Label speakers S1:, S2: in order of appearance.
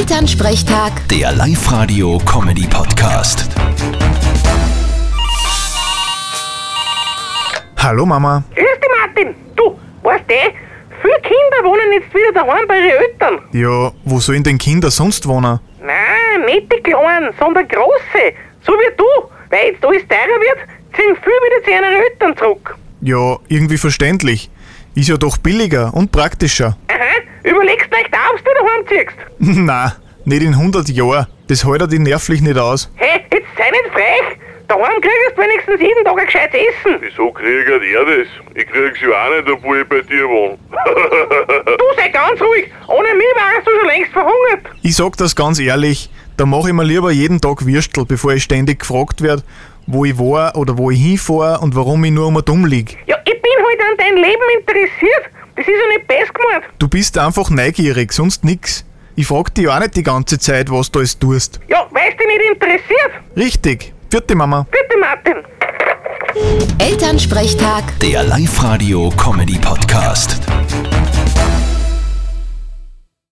S1: Elternsprechtag,
S2: Der Live-Radio-Comedy-Podcast.
S3: Hallo Mama.
S4: Grüß dich, Martin. Du, weißt du, viele Kinder wohnen jetzt wieder daheim bei ihren Eltern.
S3: Ja, wo sollen denn Kinder sonst wohnen?
S4: Nein, nicht die Kleinen, sondern Große. So wie du. Weil jetzt alles teurer wird, ziehen viele wieder zu ihren Eltern zurück.
S3: Ja, irgendwie verständlich. Ist ja doch billiger und praktischer.
S4: Aha, überlegst du echt auch, ob du daheim ziehst.
S3: Na, nicht in 100 Jahren. Das hält die nervlich nicht aus.
S4: Hey, jetzt sei nicht frech. Daheim kriegst du wenigstens jeden Tag ein gescheites Essen.
S5: Wieso kriegt er das? Ich krieg's ja auch nicht, obwohl ich bei dir wohne.
S4: Du sei ganz ruhig. Ohne mich wärst du schon längst verhungert.
S3: Ich sag das ganz ehrlich, da mache ich mir lieber jeden Tag Würstel, bevor ich ständig gefragt werd, wo ich war oder wo ich hinfahre und warum ich nur immer dumm lieg.
S4: Ja, ich bin halt an dein Leben interessiert. Das ist ja nicht besser gemeint.
S3: Du bist einfach neugierig, sonst nix. Ich frag dich ja auch nicht die ganze Zeit, was du alles tust.
S4: Ja, weil es dich nicht interessiert.
S3: Richtig. Vierte Mama.
S4: Bitte, Martin.
S1: Elternsprechtag.
S2: Der Live-Radio-Comedy-Podcast.